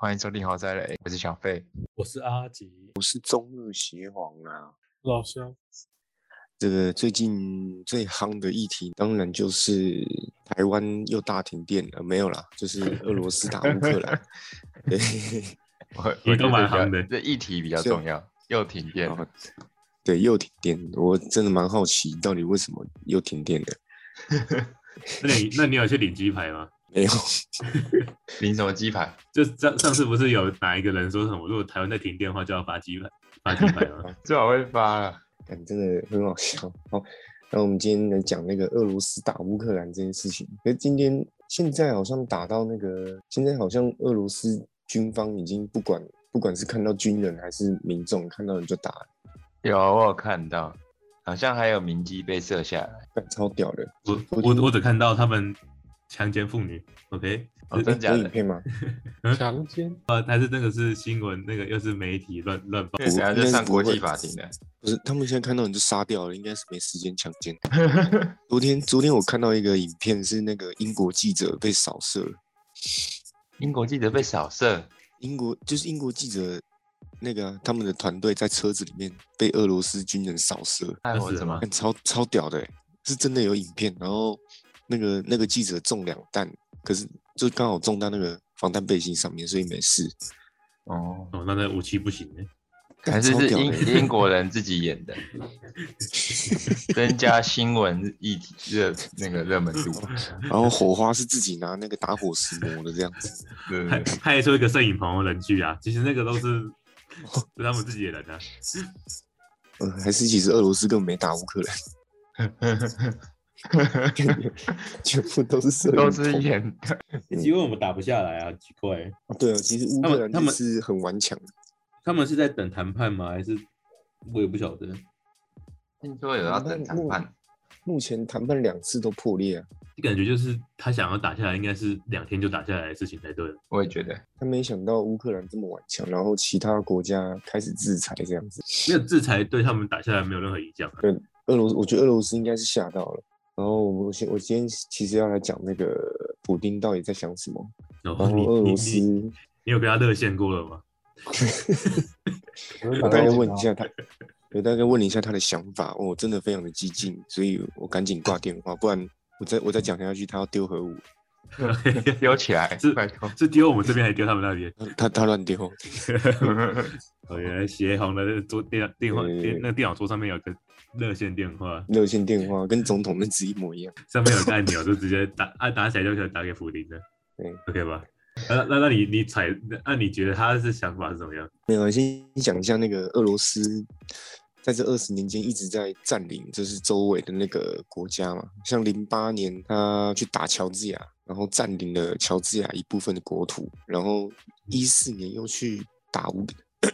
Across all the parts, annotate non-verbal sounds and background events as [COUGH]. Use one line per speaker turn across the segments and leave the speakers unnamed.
欢迎收听《豪宅雷》，我是小费。
我是阿吉，
是中日协皇啊。
老乡，
这个最近最夯的议题，当然就是台湾又大停电了，没有啦，就是俄罗斯打乌克兰。对，
我
你
我
都
觉得
蛮
比较
夯的
这议题比较
就
重要，又停电
然
了
后。对，又停电，我真的蛮好奇，到底为什么又停电的？
那你那你有去领鸡排吗？
没有，
领什么鸡排？
就上上次不是有哪一个人说什么，如果台湾在停电的话，就要发鸡排发鸡排吗？
最好会发了。
感真的很好笑。好，那我们今天来讲那个俄罗斯打乌克兰这件事情。可是今天现在好像打到那个，现在好像俄罗斯军方已经不管，不管是看到军人还是民众，看到人就打了，
有，我有看到，好像还有民机被射下来。
干超屌的。
[LAUGHS] 我我我只看到他们强奸妇女，OK？
哦
是
真假
有
的
影片吗？
强奸，
呃，还是那个是新闻，那个又是媒体乱乱报
因为等下就上国际法庭了。
不是，他们现在看到人就杀掉了，应该是没时间强奸。昨天昨天我看到一个影片，是那个英国记者被扫射了。
英国记者被扫射，
英国就是英国记者那个啊、他们的团队在车子里面被俄罗斯军人扫射，
看我
死了
怎么
吗
看超超屌的欸、是真的有影片。然后那个那个记者中两弹，可是就刚好中到那个防弹背心上面，所以没事。
哦，
哦，那那武器不行欸
干
还是
超
是
屌的
英
欸
英国人自己演的，增加新闻议题热那个热门度。
然后火花是自己拿那个打火石磨的这样子，
对
还
对对
还说一个摄影棚的人去啊，其实那个都是是他们自己的人 [LAUGHS] 啊。
嗯，还是其实俄罗斯根本没打乌克兰， [LAUGHS] 全部都是摄
[LAUGHS]
影
都是
棚
演的，
因为我们打不下来啊，奇怪，
对啊，其实乌
他
克
们
兰
他
也
们
是很顽强的，
他们是在等谈判吗？还是我也不晓得。
听说有要等谈判，
目前谈判两次都破裂啊。
感觉就是他想要打下来，应该是两天就打下来的事情才对。
我也觉得
他没想到乌克兰这么顽强，然后其他国家开始制裁这样子。
没有制裁对他们打下来没有任何影响、啊。
俄罗斯，我觉得俄罗斯应该是吓到了。然后我我今我今天其实要来讲那个普丁到底在想什么。
然后
然
哦
后
你
俄
你
罗
你
斯，
你有跟他热线过了吗？
我
我大概问一下他，我大概问了一下他的想法。哦，真的非常的激进，所以我赶紧挂电话，不然我再我再讲下去，他要丢核武，
[LAUGHS] 丢起来
是，
拜托，
[LAUGHS] 是丢我们这边还是丢他们那边？
他他他乱丢。
哦，原来协同的那个桌电电话
对对对
电那个电脑桌上面有个热线电话，
热线电话跟总统那只一模一样。
上面有个按钮，就直接打按打起来就可以打给福林的
[LAUGHS] 对
，OK 吧？那那那你你采那那你觉得他是想法是怎么样？
没有，啊先讲一下那个俄罗斯，在这二十年间一直在占领，就是周围的那个国家嘛。像零八年他去打乔治亚，然后占领了乔治亚一部分的国土，然后一四年又去打乌， [CLEARS THROAT]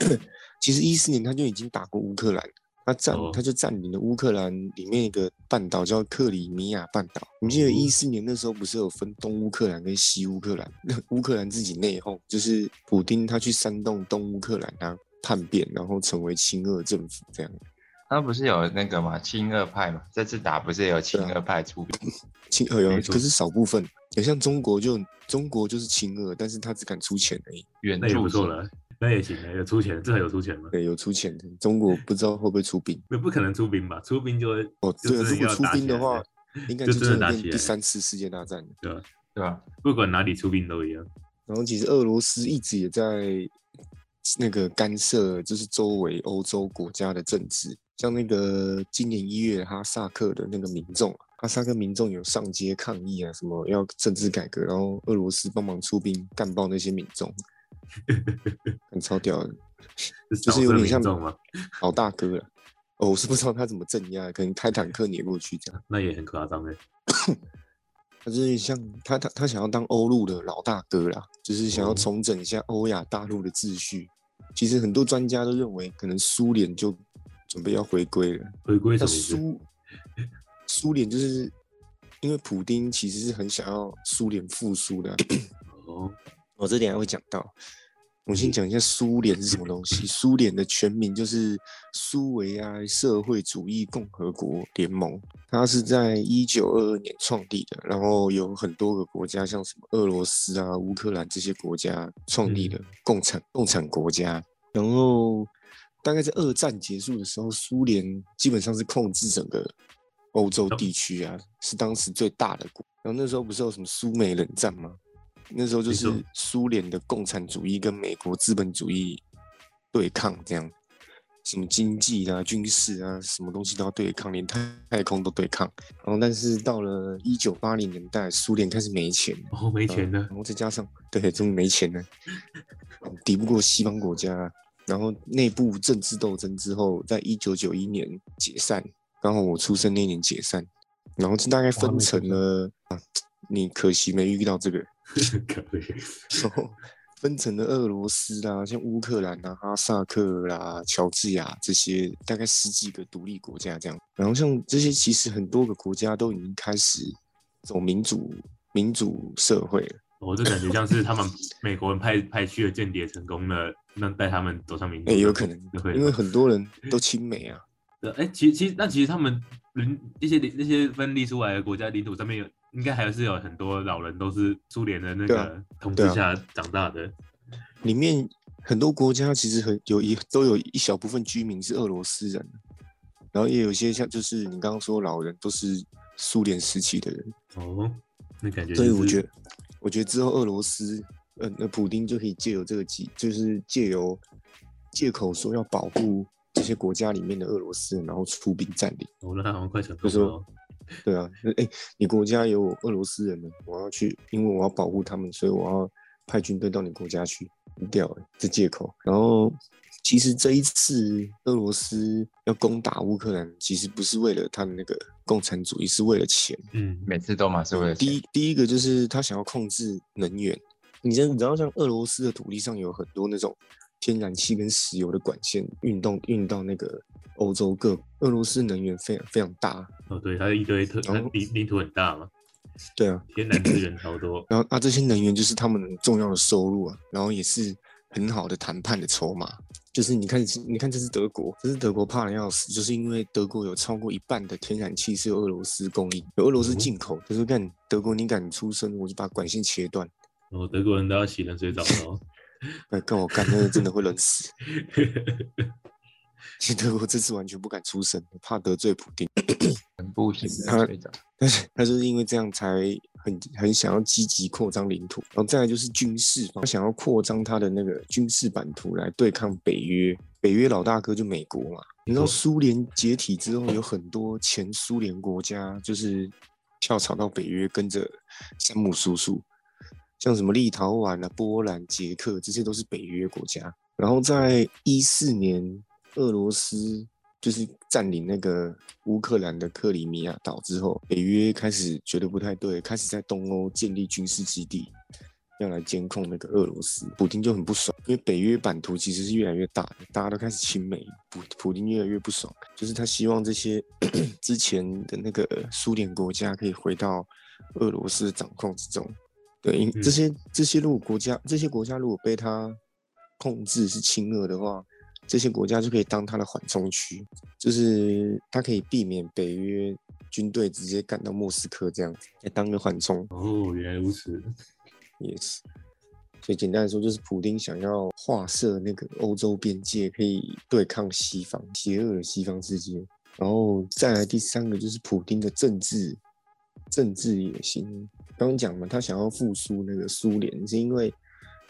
其实一四年他就已经打过乌克兰。他占
哦，
他就占领了乌克兰里面一个半岛，叫克里米亚半岛。你记得
嗯
一四年那时候不是有分东乌克兰跟西乌克兰？ [LAUGHS] 乌克兰自己内讧，就是普丁他去煽动东乌克兰啊叛变，然后成为亲俄政府这样。
[LAUGHS] 他不是有那个嘛亲俄派嘛，这次打不是也有亲俄派出兵？
亲俄有，
没错
可是少部分，有像中国就中国就是亲俄，但是他只敢出钱而已。
援
那也
助
不错
金，
了，那也行了，有出钱，至少有出钱嘛。
对，有出钱的，中国不知道会不会出兵。
那不可能出兵吧？出兵就会
哦，
[LAUGHS] 就
对
真的
啊，如果
要
出
打
兵
起
的
来
话
了，
应该
就
就
真的
真
打
的
起
变
来
第三次世界大战了。
对吧？
对吧？
不管哪里出兵都一样。
然后其实俄罗斯一直也在那个干涉，就是周围欧洲国家的政治，像那个今年一月哈萨克的那个民众，哈萨克民众有上街抗议啊，什么要政治改革，然后俄罗斯帮忙出兵干爆那些民众，很超屌的，就是有点像
这吗？
老大哥了。哦，我是不知道他怎么镇压，可能开坦克碾过去这样。
那也很夸张哎。
他就是像他他他想要当欧陆的老大哥啦，就是想要
哦
重整一下欧亚大陆的秩序。其实很多专家都认为，可能苏联就准备要回归了。
回归什
那
么意思？
苏苏联就是因为普丁其实是很想要苏联复苏的啊、
哦，
我这点还会讲到。我先讲一下苏联是什么东西。苏联的全名就是苏维埃社会主义共和国联盟，它是在一九二二年创立的，然后有很多个国家，像什么俄罗斯啊、乌克兰这些国家创立的共产共产国家。然后大概在二战结束的时候，苏联基本上是控制整个欧洲地区啊，是当时最大的国。然后那时候不是有什么苏美冷战吗？那时候就
没
是
错
苏联的共产主义跟美国资本主义对抗，这样什么经济啊、军事啊，什么东西都要对抗，连太太空都对抗。然后，但是到了一九八零年代，苏联开始没钱，
哦，没钱了
然，后再加上对，终于没钱了，抵不过西方国家。然后内部政治斗争之后，在一九九一年解散，刚好我出生那年解散。然后这大概
还
分
没
成
出生
了啊，你可惜没遇到这个。
可以。
然后分成了俄罗斯啦、像乌克兰啊、哈萨克啦、乔治亚这些大概十几个独立国家这样。然后像这些其实很多个国家都已经开始走民主民主社会了。
哦我就感觉像是他们美国人派派去的间谍成功了，那带他们走上民主
哎、
的路，
有可能
会，
因为很多人都亲美啊，
对，哎、其实其实那其实他们人那些那些分裂出来的国家领土上面有，应该还是有很多老人都是苏联的那
对啊
个统
对
治
啊
下长大的，
里面很多国家其实很有一都有一小部分居民是俄罗斯人，然后也有一些像就是你刚刚说老人都是苏联时期的人。
哦，那感觉、就
所
是，
以我觉得，我觉得之后俄罗斯，呃，那普丁就可以借由这个机，就是借由借口说要保护这些国家里面的俄罗斯人，然后出兵占领。
我哦觉得他好像快成
就
功
是
了哦，
对啊，那哎、你国家有俄罗斯人呢，我要去，因为我要保护他们，所以我要派军队到你国家去，很屌、欸，这借口。然后，其实这一次俄罗斯要攻打乌克兰，其实不是为了他的那个共产主义，是为了钱。
嗯，
每次都嘛是为了
第
钱
一第一个就是他想要控制能源，你知道你知道像俄罗斯的土地上有很多那种天然气跟石油的管线运动运到那个欧洲各，俄罗斯能源非常非常大，
哦，对，它一堆特，它
然后
领领土很大嘛，
对啊，，
天然资源超多
然后啊这些能源就是他们很重要的收入啊，然后也是很好的谈判的筹码。就是你看，你看这是德国，这是德国怕的要死，就是因为德国有超过一半的天然气是由俄罗斯供应，有俄罗斯
嗯
进口。他说：“干德国，你敢出声，我就把管线切断。”
然后哦德国人都要洗冷水澡了哦，
哎，跟我干，那个真的会冷死。 [LAUGHS] 其实德国这次完全不敢出声，怕得罪普丁。
很不行
他
的队长。
但是他就是因为这样才很很想要积极扩张领土，然后再来就是军事方，他想要扩张他的那个军事版图来对抗北约。北约老大哥就美国嘛，你知道
没错
苏联解体之后，有很多前苏联国家就是跳槽到北约，跟着山姆叔叔，像什么立陶宛啊、波兰、捷克，这些都是北约国家。然后在一四年，俄罗斯就是占领那个乌克兰的克里米亚岛之后，北约开始觉得不太对，开始在东欧建立军事基地，要来监控那个俄罗斯。普京就很不爽，因为北约版图其实是越来越大的，大家都开始亲美，普普京越来越不爽，就是他希望这些 [CLEARS THROAT] 之前的那个苏联国家可以回到俄罗斯的掌控之中。对，因
嗯
这些这些如果国家这些国家如果被他控制是亲俄的话，这些国家就可以当他的缓冲区，就是他可以避免北约军队直接干到莫斯科这样子，来当个缓冲
[LAUGHS] 哦，原来如此，
也是。所以简单来说，就是普丁想要划设那个欧洲边界，可以对抗西方邪恶的西方世界。然后再来第三个就是普丁的政治政治野心。刚刚讲嘛，他想要复苏那个苏联，是因为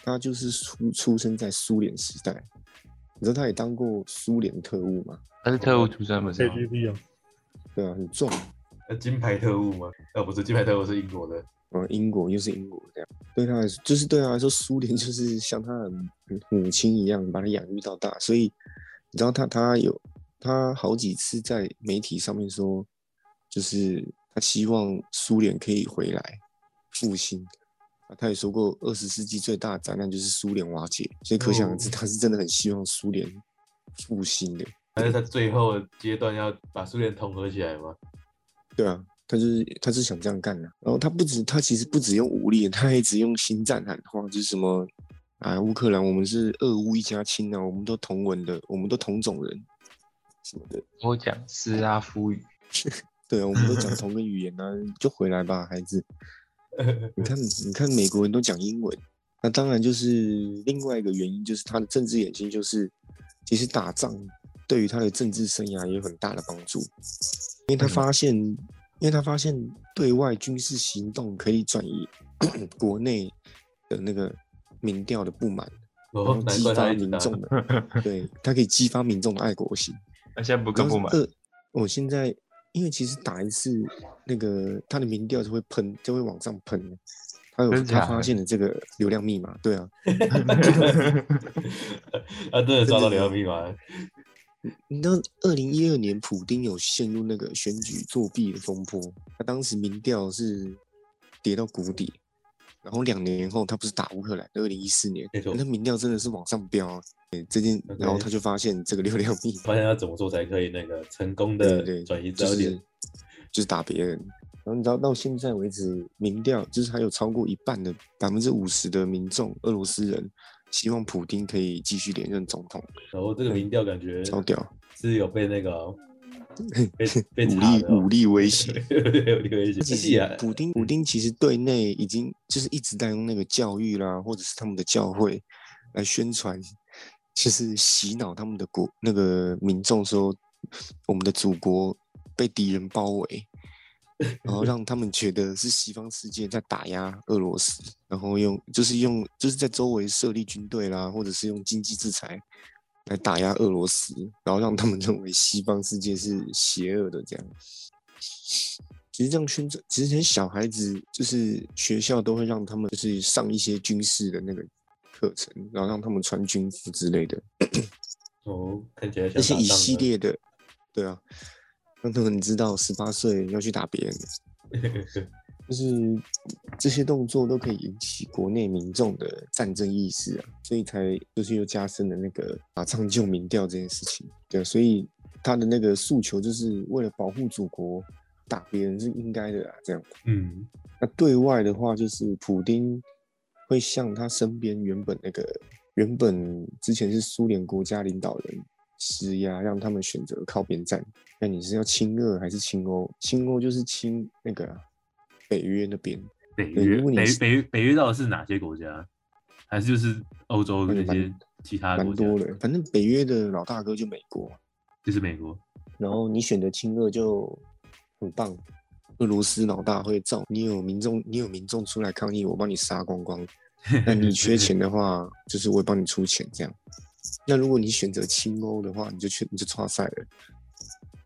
他就是出出生在苏联时代。你知道他也当过苏联特务嘛？
他是特务出身不是吗？
KTV 哦，
对啊，很壮。
呃，金牌特务吗？呃，不是，金牌特务是英国的，
呃，英国又是英国这样，对他来说，就是对他来说，苏联就是像他的母母亲一样把他养育到大，所以你知道他他有他好几次在媒体上面说，就是他希望苏联可以回来复兴。啊他也说过，二十世纪最大的灾难就是苏联瓦解，所以可想而知，
哦
他是真的很希望苏联复兴的。
但是他最后阶段要把苏联统合起来嘛，
对啊，他就是他是啊想这样干的、然后他不止他其实不止用武力，他还一直用心战喊话，就是什么啊，乌克兰我们是俄乌一家亲啊，我们都同文的，我们都同种人什么的，
我讲斯拉夫语，
对啊，我们都讲同个语言啊，就回来吧，孩子。你看，你看，美国人都讲英文，那当然就是另外一个原因，就是他的政治野心，就是其实打仗对于他的政治生涯也有很大的帮助，因为
嗯
他发现，因为他发现对外军事行动可以转移 [COUGHS] 国内的那个民调的不满，
[LAUGHS]
然
哦
后，
难
激
怪他
发
一直
民
打。
众
[LAUGHS]
的，对他可以激发民众的爱国心。
那现在不更不满
你知道是二，我现在因为其实打一次那个他的民调是会喷，就会往上喷的。他有
真假
他
的
发现了这个流量密码，对啊，
[LAUGHS] 啊，真的抓到流量密码，
你知道二零一二年普丁有陷入那个选举作弊的风波，他当时民调是跌到谷底，然后两年后他不是打乌克兰，二零一四年，
没错
那民调真的是往上飙啊，哎这件，然后
OK
他就发现这个流量密码，
发现要怎么做才可以那个成功
对
的
对，
转移
就
焦点
是，就是打别人。然后你知道到现在为止，民调就是还有超过一半的百分之五十的民众，俄罗斯人希望普丁可以继续连任总统，
然哦后这个民调感觉
超屌，
是有被那个
[LAUGHS]
哦被被
武
查
力
的哦
武力威胁。
对对 [LAUGHS] 对，有点危险。
其
是
实
啊，
普丁普丁其实对内已经就是一直在用那个教育啦，或者是他们的教会来宣传，就是洗脑他们的国那个民众说，我们的祖国被敌人包围，然后让他们觉得是西方世界在打压俄罗斯，然后用就是用就是在周围设立军队啦，或者是用经济制裁。来打压俄罗斯，然后让他们认为西方世界是邪恶的这样。其实这样宣传，其实连小孩子就是学校都会让他们就是上一些军事的那个课程，然后让他们穿军服之类的，
哦，看起来像
而且
打
一
仗
系
的
列的，对啊，让他们知道十八岁要去打别人，就是这些动作都可以引起国内民众的战争意识啊，所以才就是又加深了那个打仗救民调这件事情，对啊、所以他的那个诉求就是为了保护祖国，打别人是应该的啊，这样。
[LAUGHS] 嗯，
那对外的话，就是普丁会向他身边原本那个原本之前是苏联国家领导人施压，让他们选择靠边站。那你是要亲俄还是亲欧？亲欧就是亲那个啊北约那边，
北
对
约
如果你
北
是
北约北约到底是哪些国家？还是就是欧洲
那
那
就
些
蛮
其他
蛮
国家？
多的。反正北约的老大哥就美国，
就是美国。
然后你选择亲俄就很棒。俄罗斯老大会造，你有民众，你有民众出来抗议，我帮你杀光光。那你缺钱的话，就是我也帮你出钱这样。那如果你选择亲欧的话，你就去你就差赛了。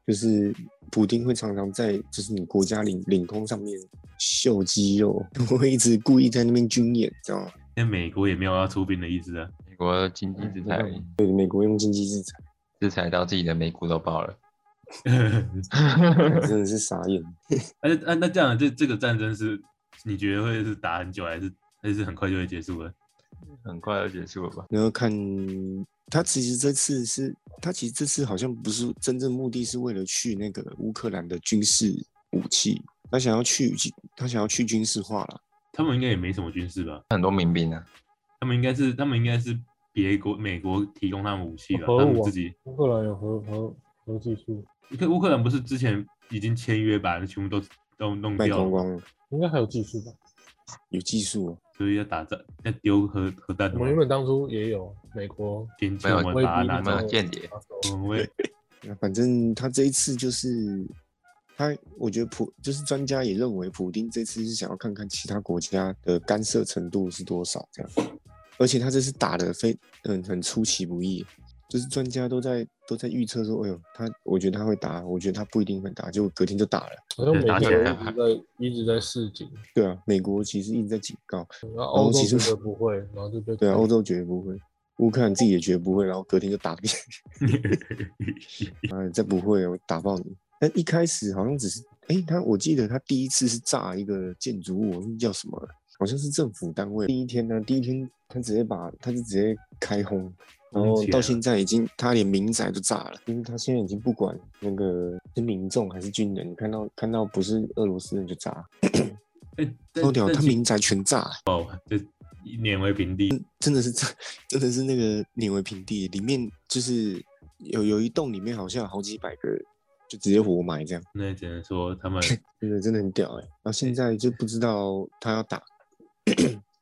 就是普丁会常常在就是你国家领领空上面秀肌肉， [LAUGHS] 会一直故意在那边军演，知道吗？
那美国也没有要出兵的意思啊。 [LAUGHS]
美国经济制裁
对，美国用经济制裁，
制裁到自己的美股都爆
[LAUGHS]
了，
真的是傻眼。
那那那这样，这这个战争是你觉得会是打很久，还是还是很快就会结束了？
很快就结束了吧？
然后看他其实这次是，他其实这次好像不是真正目的是为了去那个乌克兰的军事武器，他想要去他想要去军事化了。
他们应该也没什么军事吧？
很多民兵啊，
他们应该是他们应该是别国美国提供他们武器吧？
核武
他
啊
们自己，
乌克兰有核核核技术，
你看乌克兰不是之前已经签约把全部都都弄
卖
掉了
光
吗，
光了，
应该还有技术吧？
有技术哦，
所以要打仗要丢核核弹的
我们原本当初也有美国
先去
没有
我们
威
把它
逼
拿
没
走
有。间谍
哦我们
[LAUGHS]
会
那反正他这一次就是他，我觉得普就是专家也认为，普丁这次是想要看看其他国家的干涉程度是多少这样。而且他这次打的非嗯很出其不意，就是专家都在都在预测说，哎呦，他我觉得他会打，我觉得他不一定会打，结果隔天就打了。
好像美
打
国
起
一
来
直在一直在示警，
对啊，美国其实一直在警告，
然后欧洲
其实
觉得不会，然后就被
对啊，欧洲绝对不会，乌克兰自己也绝对不会，然后隔天就打了一遍。
[LAUGHS]
啊，这不会，我打爆你！但一开始好像只是，哎、他我记得他第一次是炸一个建筑物，那叫什么？好像是政府单位。第一天呢，第一天他直接把，他就直接开轰，然
轰
后
起来
到
了
现在已经他连民宅都炸了，就是他现在已经不管那个是民众还是军人，你看到看到不是俄罗斯人就炸，
哎，但
超屌，
但
他
其
民宅全炸、
哦，这碾为平地。
真的是 [LAUGHS] 这，真的是那个碾为平地，里面就是有有一栋里面好像有好几百个，就直接活埋这样，
那只能说他们
真的真的很屌哎、欸。然后现在就不知道他要打， [CLEARS THROAT]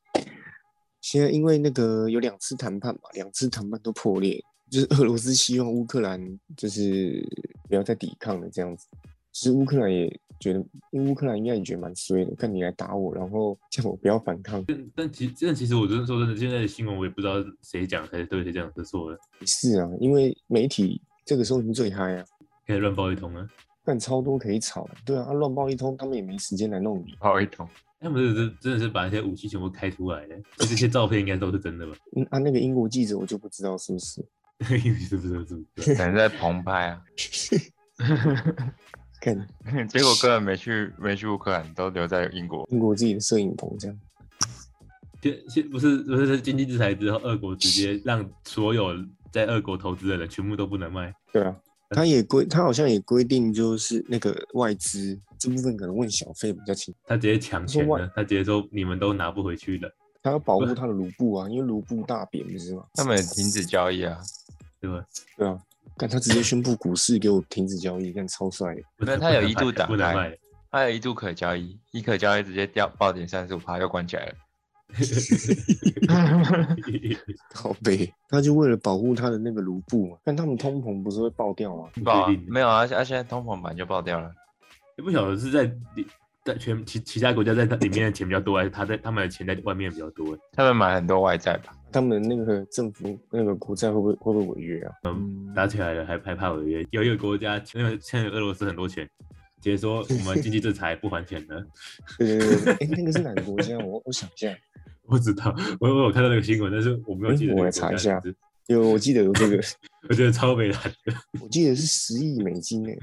现在因为那个有两次谈判嘛，两次谈判都破裂，就是俄罗斯希望乌克兰就是不要再抵抗了这样子。其实乌克兰也觉得，因为乌克兰应该也觉得蛮衰的，看你来打我，然后叫我不要反抗，
但但其但其实我真的说真的，现在的新闻我也不知道谁讲才是对，谁讲是错的，
没事啊，因为媒体这个时候已经最嗨啊。
可以乱报一通啊。
但超多可以吵的，对啊，啊乱报一通，他们也没时间来弄你。
跑一通，
他们真的是真的是把一些武器全部开出来的，就这些照片应该都是真的吧？ [LAUGHS]
嗯啊，那个英国记者我就不知道是不是，
是不是？是不是？
可能在澎湃啊，
看
结果根本没去没去乌克兰，都留在英国。
英国自己的摄影棚这样，
现现不是不是是经济制裁之后，俄国直接让所有在俄国投资的人全部都不能卖。
对啊，他也规，他好像也规定就是那个外资这部分可能问小费比较清，
他直接抢钱
说
了，他直接说你们都拿不回去了，
他要保护他的卢布啊，因为卢布大贬不是吗？
他们也停止交易啊，
对吧？
[LAUGHS] 对啊，但他直接宣布股市给我停止交易，看超帅的，
不
但
能
他有
不能
一度
卖
打
不能
开
卖，
它有一度可交易，一可交易直接掉爆点三十五趴，又关起来了。 [LAUGHS]
好悲。他就为了保护他的那个卢布嘛，但他们通膨不是会爆掉吗？
爆啊
确定，
没有啊，啊现在通膨版就爆掉了。
也不晓得是在里在全其其他国家在它里面的钱比较多，还是他在他们的钱在外面比较多？
他们买很多外债吧？
他们那个政府那个国债会不会会不会违约啊？
嗯，
打起来了还还怕违约？有一个国家因为欠俄罗斯很多钱，直接说我们经济制裁不还钱了。
对对对，哎、那个是哪个国家？我我想一下，
不知道，我我有看到那个新闻，但是我没有记得
嗯
那
我
个国
来
家
查一
的
下
名字。
有我记得有这个，
我觉得超美蓝的，
我记得是十亿美金诶、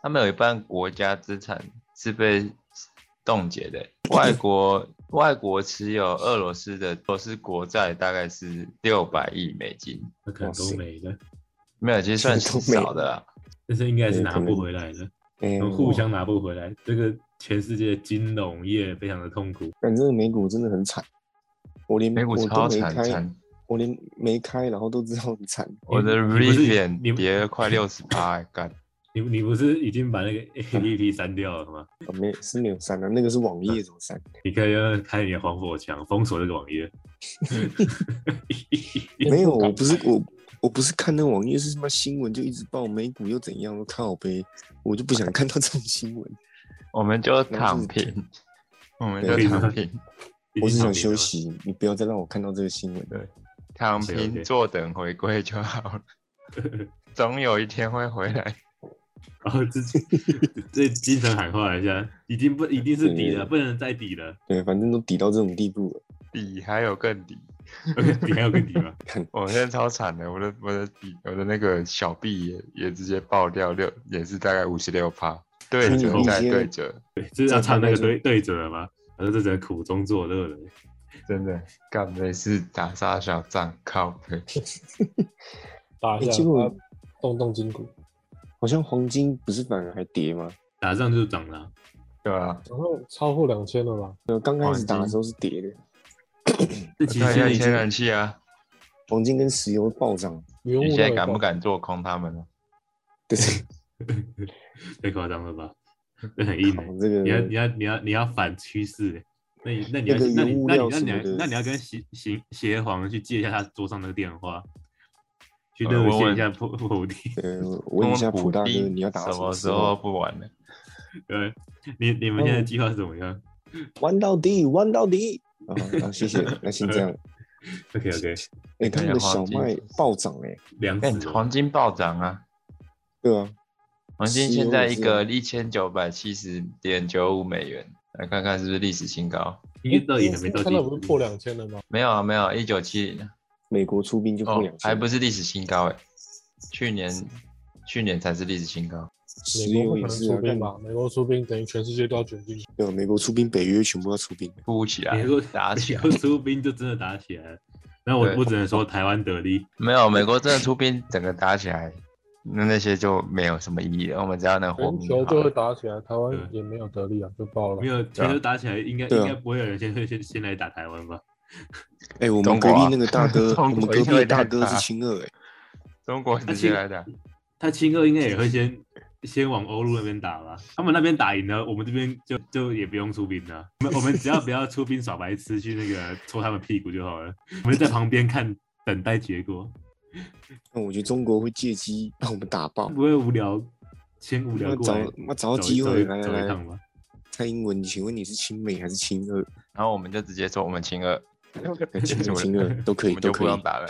他们有一半国家资产是被冻结的，外国外国持有俄罗斯的俄罗斯国债大概是六百亿美金，
那可能都没了，
没有，其实算
都
是
没
少的啦。
但是应该是
对
拿
可能
不回来的，
哎、
我们互相拿不回来。这个全世界金融业非常的痛苦，
反正美股真的很惨，我连
美股
我
超
都没
惨
开，
惨，
我连没开，然后都知道很惨。
我的
你不是
Rivian
你
跌了快六十趴，干
你你不是已经把那个 APP 删掉了吗？
啊、没是没有删的、那个是网页怎么
[LAUGHS]
删？
你可以用开你的防火墙封锁这个网页。
没有，我不是我我不是看那网页是什么新闻就一直报美股又怎样，都靠呗，我就不想看到这种新
[LAUGHS]
闻，
我们就
就是
躺平，我们就
对
躺平，
已
我只
经躺
想
平
休
了 [LAUGHS]
息，你不要再让我看到这个新闻。
躺
是有
平
点
坐等回归就好了，总有一天会回来。
然后自己对哦精神喊话一下，已经不一定是底了，
对
不能再底了。
对，反正都抵到这种地步了，
底还有更底，
你还有更底
[LAUGHS]
吗？
我现在超惨的，我的我的底我的那个小臂也也直接爆掉六，也是大概五十六趴，对
你
折
已
再
经
对折，
对，就是要唱那个
这才
对对折了吗？反正这只能苦中作乐了。
真的干没事打杀小仗靠背，
打一
欸
下
结果
把它动动筋骨。
好像黄金不是反而还跌吗？
打仗就涨了，
对啊，
然后超过两千了吧？
呃，刚开始打
黄
的
金
时候是跌的，
这其
看
实
一下
已
天
经
然气啊，
黄金跟石油
[LAUGHS]
暴涨，
原物
你
料
现在敢
也
不
爆？
敢做空他们呢？
对对，
太夸张了吧？这很
[LAUGHS]
硬欸
靠这个
你要你要你要你要反趋势欸。那你那你要
那个
那你
原物
那你
料
那你要
什么的
那你要跟邪邪邪皇去借一下他桌上那个电话，去
呃
热
问
线
问
一下 [LAUGHS] 普普弟。
呃，我问一下普大哥，你要打
什么
时
时候？不玩了？
对，你你们现在
嗯
计划是怎么样
玩到底，玩到底。啊，好谢谢，那先这样。
？OK OK，
哎、他们的小麦
啊黄金
暴涨哎、
两
但
子哦
黄金暴涨啊！
对啊，
黄金
石油
现在
也
一
是
个一千九百七十点九五美元，来看看是不是历史新高？
应该到底还没
你
到
看到不是
底 [LAUGHS]
破。两千了吗？
没有啊，没有，一九七零。
美国出兵就破
哦
两千、，
还不是历史新高哎、去年去年才是历史新高，
石
美
油
国不
也
可能
是
出
啊，
兵
干
吧？美国出兵等于全世界都要卷进去。
对啊，美国出兵，北约全部要出兵。
突起来
美国，
打起来
美国。出兵就真的打起来了。那我
对啊
我只能说台湾得利，
没有，美国真的出兵，整个打起来，那那些就没有什么意义了。我们只要能活
全
命
球
就好
就会
了。
打起来，台湾
对
也没有得利啊，就爆了
没。有全
啊
球打起来，应该
对啊
应该不会有人先先先来打台湾吧？
哎、我们
中国
隔
啊
壁那个大哥，
[LAUGHS]
我
中
们
国一
隔
定
壁的
会
大
带
哥是
打
亲二哎、
中国直接来打，
他亲二应该也
[LAUGHS]
会先先往欧陆那边打吧，他们那边打赢了，我们这边就就也不用出兵了，我们我们只要不要出兵耍白痴去那个戳他们屁股就好了，我们在旁边看等待结果，
那我觉得中国会借机把我们打爆。
不会无聊，先无聊
那
过来
找那找到
走
机会
走
来
一
来
走一
来
趟，吧。
蔡英文，请问你是
[LAUGHS]
亲美还是亲二？
然后我们就直接说我们亲二，
哎亲
怎
美
么
亲二都可
我
以，
们
都
就不
可以
用。打了。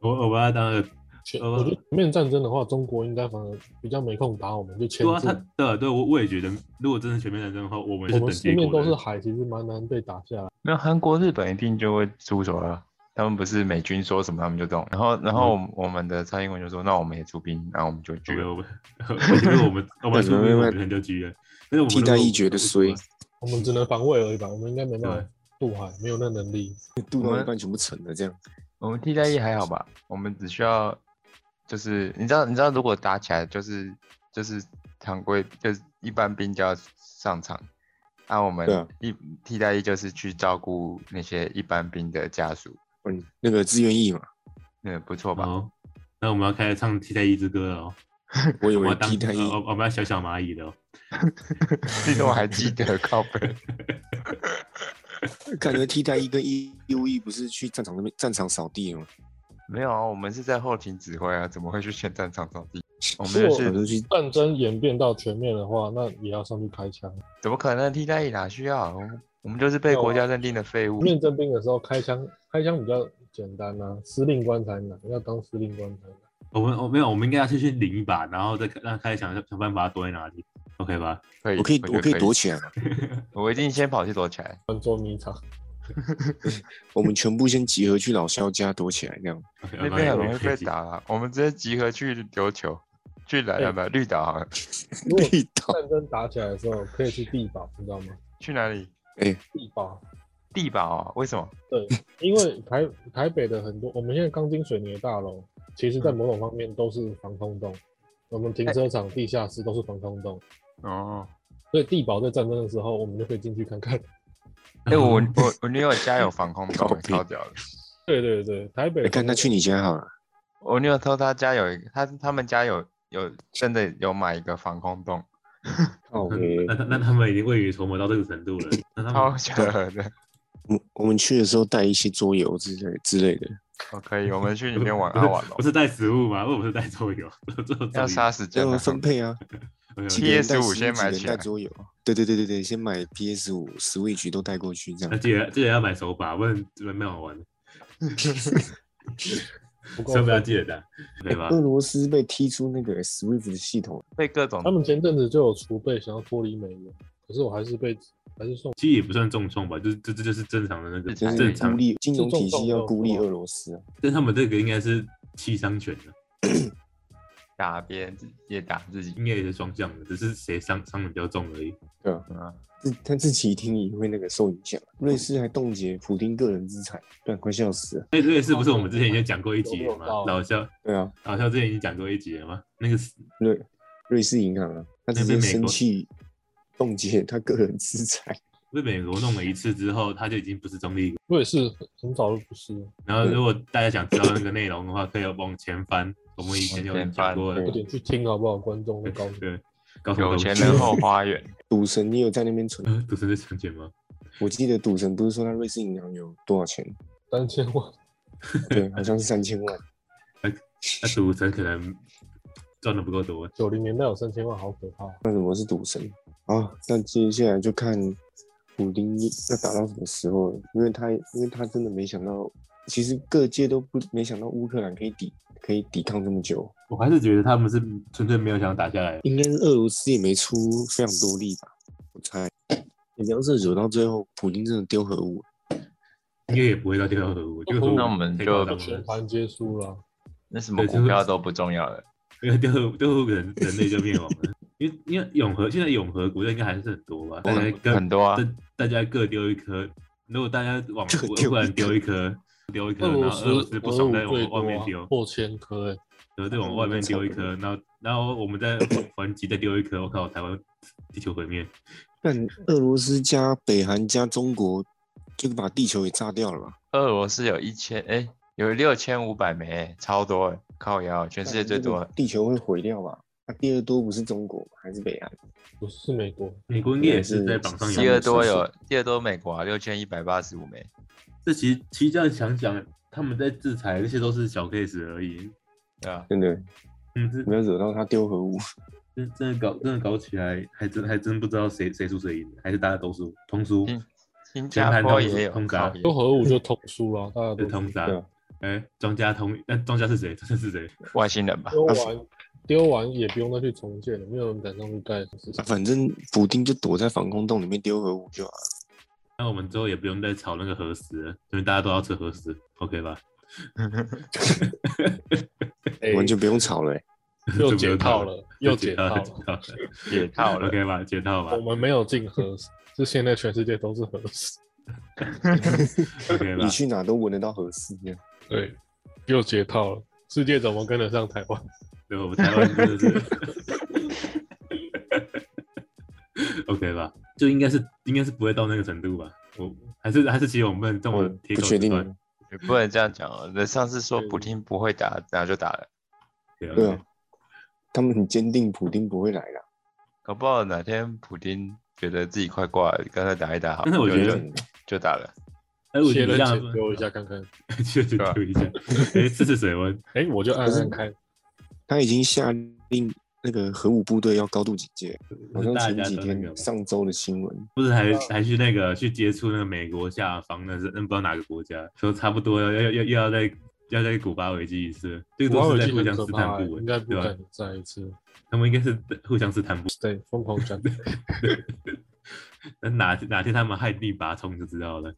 我我把他当个
前
呃
我觉得前面战争的话，中国应该反而比较没空打我们，就牵
对
制。
啊，他对对我我也觉得，如果真的全面战争的话，我们
我
是等
们四
结
面
果
都是
的。
海，其实蛮难被打下来。
没有韩国、日本一定就会出手了。他们不是美军说什么他们就动，然后然后我
嗯
们我们的蔡英文就说，那我们也出兵，然后我们就
我
去
们
了。
我们如啊果我
[LAUGHS]
们 [LAUGHS] 我们出
没
兵，
有没有
我们可能就狙了。但是我们
替代一绝的衰
衰，
我们只能防卫而已吧，我们应该没办
对
法渡海，没有那能力。
渡
我
到一
们
半全部沉了，这样
我们替代役还好吧？我们只需要就是你知道你知道如果打起来就是就是常规就是一般兵就要上场，那、我
对
们
啊
一替代役就是去照顾那些一般兵的家属，
嗯，那个志愿役嘛，
嗯，不错吧？
哦
好，那我们要开始唱替代一之歌了哦。
我以
我们要
为
当
替代役
呃我我们要小小蚂蚁的哦。
[LAUGHS] 你怎么还记得靠背？
[LAUGHS] 感觉替代役跟义务役不是去战场那边战场扫地吗？
没有啊，我们是在后勤指挥啊，怎么会去选战场扫地？我们
如
就
果
是
我就去
战争演变到全面的话，那也要上去开枪。
怎么可能替代役哪需要？我们我们就是被国家认定的废物。
面征兵的时候开枪，开枪比较简单啊，司令官才难，要当司令官才难。
我们哦我没有，我们应该要先去领一把，然后再看让开始想想办法躲在哪里，OK 吧？
可以，
我可以
觉
我
得
可以躲起来嘛，
我一定先跑去躲起来。
专做迷场，
我们全部先集合去老肖家躲起来，
[LAUGHS]
这样
OK，
那
我们
边
要
很容
有
易
飞
被
机
打了，我们直接集合去丢球，去哪
对
了吧？绿岛啊好了，
[LAUGHS]
如果
绿岛
战争打起来的时候，可以去地堡，你知道吗？
去哪里？
地堡，
地堡、啊？为什么？
对，因为台台北的很多，我们现在钢筋水泥的大楼，其实在某种方面都是防空洞，我们
哎
停车场、地下室都是防空洞，
哦，
所以地堡在战争的时候，我们就可以进去看看。
哎、我我我女友家有防空
搞
洞，
屁
超屌的。
对对对，台北
哎，看他去你家
[LAUGHS]
好了，
我女友偷她家有一个，她他们家有有真的有买一个防空洞，
靠
嗯那那那他们已经未雨绸缪到这个程
[LAUGHS]
度了，那他
超
们
扯的。
我们我们去的时候带一些桌游之类之类的，
哦，可以，我们去里面玩
不
阿
是
瓦隆
不，是带食物吗？为什么是带桌游？ [LAUGHS]
要杀死
这
蟑
样
螂。
分配
嗯
啊，
没有
几个人带
PS5
食物
先
几个
买
人
起
带
来
桌游，对对对对对，先买 PS 五、Switch 都带过去，这
那
样
记得记得要买手把，不然不然没好玩，
不够
千万不要记得啊带，对吧？
俄罗斯被踢出那个 Swift 的系统，
被各种
他们前阵子就有储备，想要脱离美元，可是我还是被还是送。
其实也不算重创吧，就是这这就是正常的那个
就
就是
正
是孤
常，
立金融体系要
是重
孤立
重
俄罗斯啊，
但他们这个应该是七伤拳的，
打别人也打自己。
应该也是双向的，只是谁伤伤的比较重而已。
对啊，
嗯啊，
自他自己一定也会那个受影响。啊瑞士还冻结普丁个人资产，对，快笑死了。
哎，这个是不是我们之前已经讲过一集了嘛
有没有？到
老肖
对啊，
老肖之前已经讲过一集了吗？那个是
瑞瑞士银行啊，他直
那
接
被美
生
国
气冻结他个人资产，
被美国弄了一次之后，他就已经不是中立国。
我也是很早就不是，
然后如果大家想知道那个内容的话，可以往前翻，我们以前有讲过的
往前翻
快点去听好不好？观众会告诉你。
对，高雄
[LAUGHS] 有
东
钱
区 [LAUGHS]
人后花园，
赌神也有在那边存。
呃，赌神是强权吗？
我记得赌神不是说他瑞士银行有多少钱？
三千万，
对，好像是三千万。
那赌神可能赚的不够多，
九零年代有三千万，好可怕。
那什么是赌神？啊，那接下来就看普丁要打到什么时候了，因为他因为他真的没想到，其实各界都不没想到乌克兰可以抵可以抵抗这么久，
我还是觉得他们是纯粹没有想打下来。
应该是俄罗斯也没出非常多力吧，我猜。你要是惹到最后，普丁真的丢核武，
应该也不会到第二核武，这个核武
哦那我们
太
就
夸
当
张
全
[LAUGHS] 了，
盘皆输了，啊
那什么
对就
股
是
票都不重要了。
因为第二核第二核武可能人类就灭亡了。因为因为永和现在永和国家应该还是很多吧，大家各
很多啊
大大家各丢一颗，如果大家往
各丢一颗
乌克兰丢一颗，丢一颗，
俄
嗯然
罗
后
斯
俄罗斯不爽再
俄乌最
往
多
外
啊
面丢，
破千颗哎，
然后再往外面丢一颗，然后然后我们再还击再丢一颗，我靠，台湾地球毁灭。
但俄罗斯加北韩加中国就是把地球给炸掉了吧？
俄罗斯有一千哎，有六千五百枚欸，超多欸，靠腰，全世界最多
那
欸
这个。地球会毁掉吧？那、第二多不是中国吗还是北韩？
不是美国，
美国应该也是在榜上有
第
名
二
的。
多有第二多美国啊，六千一百八十五枚。
这其实其实这样想想，他们在制裁这些都是小 case 而已。
对啊，
真的
嗯，这
不要惹到他丢核武。
真真的搞真的搞起来，还真还真不知道谁谁输谁赢，还是大家都输，通输，
嗯新
全
加
盘
坡
通
也有
通
靠
杀
腰
都核武就通输了，大家
对，
都
通杀
对啊。
哎，庄家通，那庄家是谁？庄家是谁？
外星人吧？ [LAUGHS]
丢完丢完也不用再去重建了，没有人敢上去盖什么事情。
反正普丁就躲在防空洞里面丢核武就好了。
那我们之后也不用再炒那个核食了，因为大家都要吃核食，OK 吧？
哎
完全不用吵了、欸。
又解套
[LAUGHS]
了，又解
解
套
套
了。
了，
解套了
[LAUGHS] ，OK 吧？解套吧
我们没有进核，
[LAUGHS]
是现在全世界都是核死。
，OK 吧
你？去哪都闻得到核试验。
对，又解套了，世界怎么跟得上台湾？
对，我们台湾真的是 [LAUGHS] ，OK 吧？就应该是应该是不会到那个程度吧？我还是还是其实我们这
我
种铁
嗯不
口
确
直
定，啊
断，
也不能这样讲哦。人上次说普京不会打，然后就打了，
对
对
OK
啊，他们很坚定普丁不会来的。
搞不好哪天普京觉得自己快挂了，刚才打一打好，
但是我觉
就
得
就就打了。
哎，我
切
觉得
了
这样
钱丢一下看看。
嗯
[LAUGHS] 确实丢一下，哎，试试水温，
哎、我就按按看，
他已经下令那个核武部队要高度警戒，好像
呃大
前
家
几
都那个
天
嘛
上周的新闻，
不是还还去那个去接触那个美国下方那是那嗯不知道哪个国家，说差不多要要要要在要在古巴危机一次，这个
我
都
耳
是在
机
互
很
相
可
试探
怕、
部位，
应该不
对吧
敢？再一次。
他们应该是互相试探部
对，疯狂
[LAUGHS]
转。
位，哪哪天他们旱地拔葱就知道了，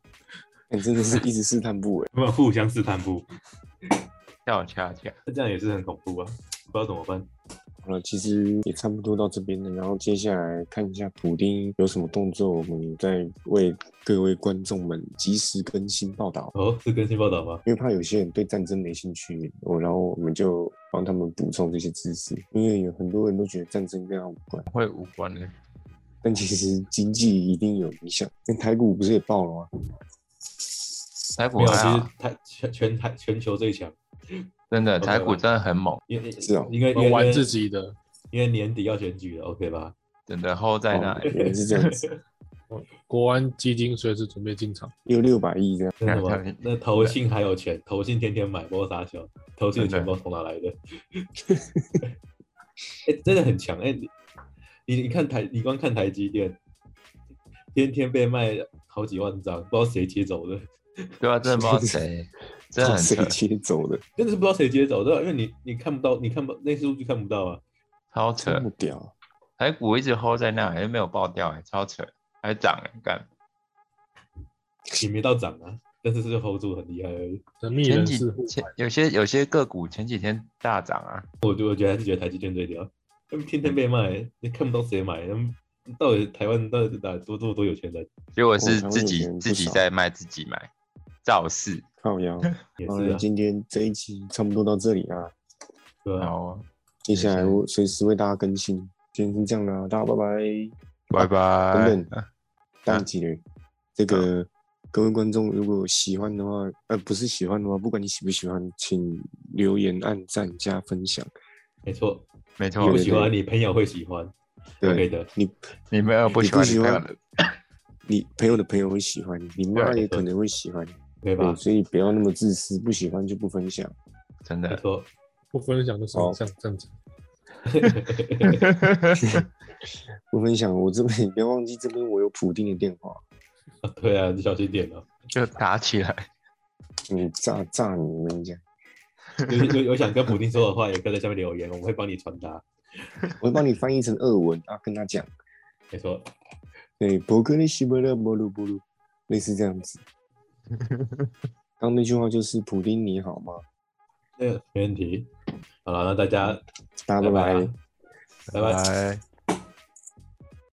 哎真的是一直试探欸不稳。
他们互相试探部，
跳恰恰，
那这样也是很恐怖啊，不知道怎么办。
好了，其实也差不多到这边了，然后接下来看一下普丁有什么动作，我们再为各位观众们及时更新报道。
哦，是更新报道吗？
因为怕有些人对战争没兴趣，我然后我们就帮他们补充这些知识，因为有很多人都觉得战争跟他无关，
会无关的。
但其实经济一定有影响。那台股不是也爆了吗？
台股
没有，啊
还
其
好
实，台全全台全球最强，
真的
OK
台股
吧
真的很猛，
因为
是哦
应该
我们玩自，己的，
因为年底要选举了，OK 吧？
真的 hold 在那
哦
里。？
原来是这样子，
国安基金随时准备进场。
六六百亿这样。
真的吗 [LAUGHS] 那投信还有钱，投信天天买，不知道啥球， [LAUGHS] 投信的钱
真的
不知道从哪来的。 [LAUGHS] 哎、真的很强哎、你你你看台，你光看台积电，天天被卖好几万张，不知道谁接走的，
对啊，真的不知道谁，真的
靠
很
谁
扯，
接走的？
真的是不知道谁接走的，因为你你看不到，你看不那数据看不到啊。
超
这
扯。
么屌！
台股一直 hold 在那里，又没有爆掉，哎，超扯，还涨，哎干。
也没到涨啊，但是是 hold 住很厉害而已。
神秘
前
人
几
士护
前有些有些个股前几天大涨啊，
我就我觉得还是觉得台积电最屌，他们天天被卖，你看不到谁买，他们到底台湾到底哪多多多有钱人？
结果
哦
是
台湾
自
有
己
钱人不
自己
少
在卖自己买，造势。
靠
[LAUGHS]
腰。
也
好
是
了，
啊，
今天这一期差不多到这里啊，
对啊。
好，
接下
没
来
事
我随时为大家更新。今天是这样啦，大家拜拜。
拜拜。
等等淡季了，这个各位观众如果喜欢的话，呃，不是喜欢的话，不管你喜不喜欢，请留言、按赞、加分享。
没错，
没错
你，不
对
喜欢你朋友会喜欢，OK
对，
的，
你
你没有不喜欢
你
你朋
不喜
友
欢
的，
你朋友的朋友会喜欢，你妈
对
也可能会喜欢，
对吧
对，？所以不要那么自私，不喜欢就不分享。
真
没 [LAUGHS]
的。
错，
不分享的手上这样子。
不分享，我这边你不要忘记，这边我有普丁的电话，
对啊，你小心点哦。
就打起来，
嗯，炸炸你！我跟你讲，
有有有想跟普丁说的话，也可以在下面留言，我们会帮你传达。
我会帮你翻译成俄文啊，跟他讲，
没错，
对，伯克利希伯勒波鲁波鲁，类似这样子。刚刚那句话就是普丁你好吗？
那没问题。好了，那大家
大家拜拜。
拜拜。
拜。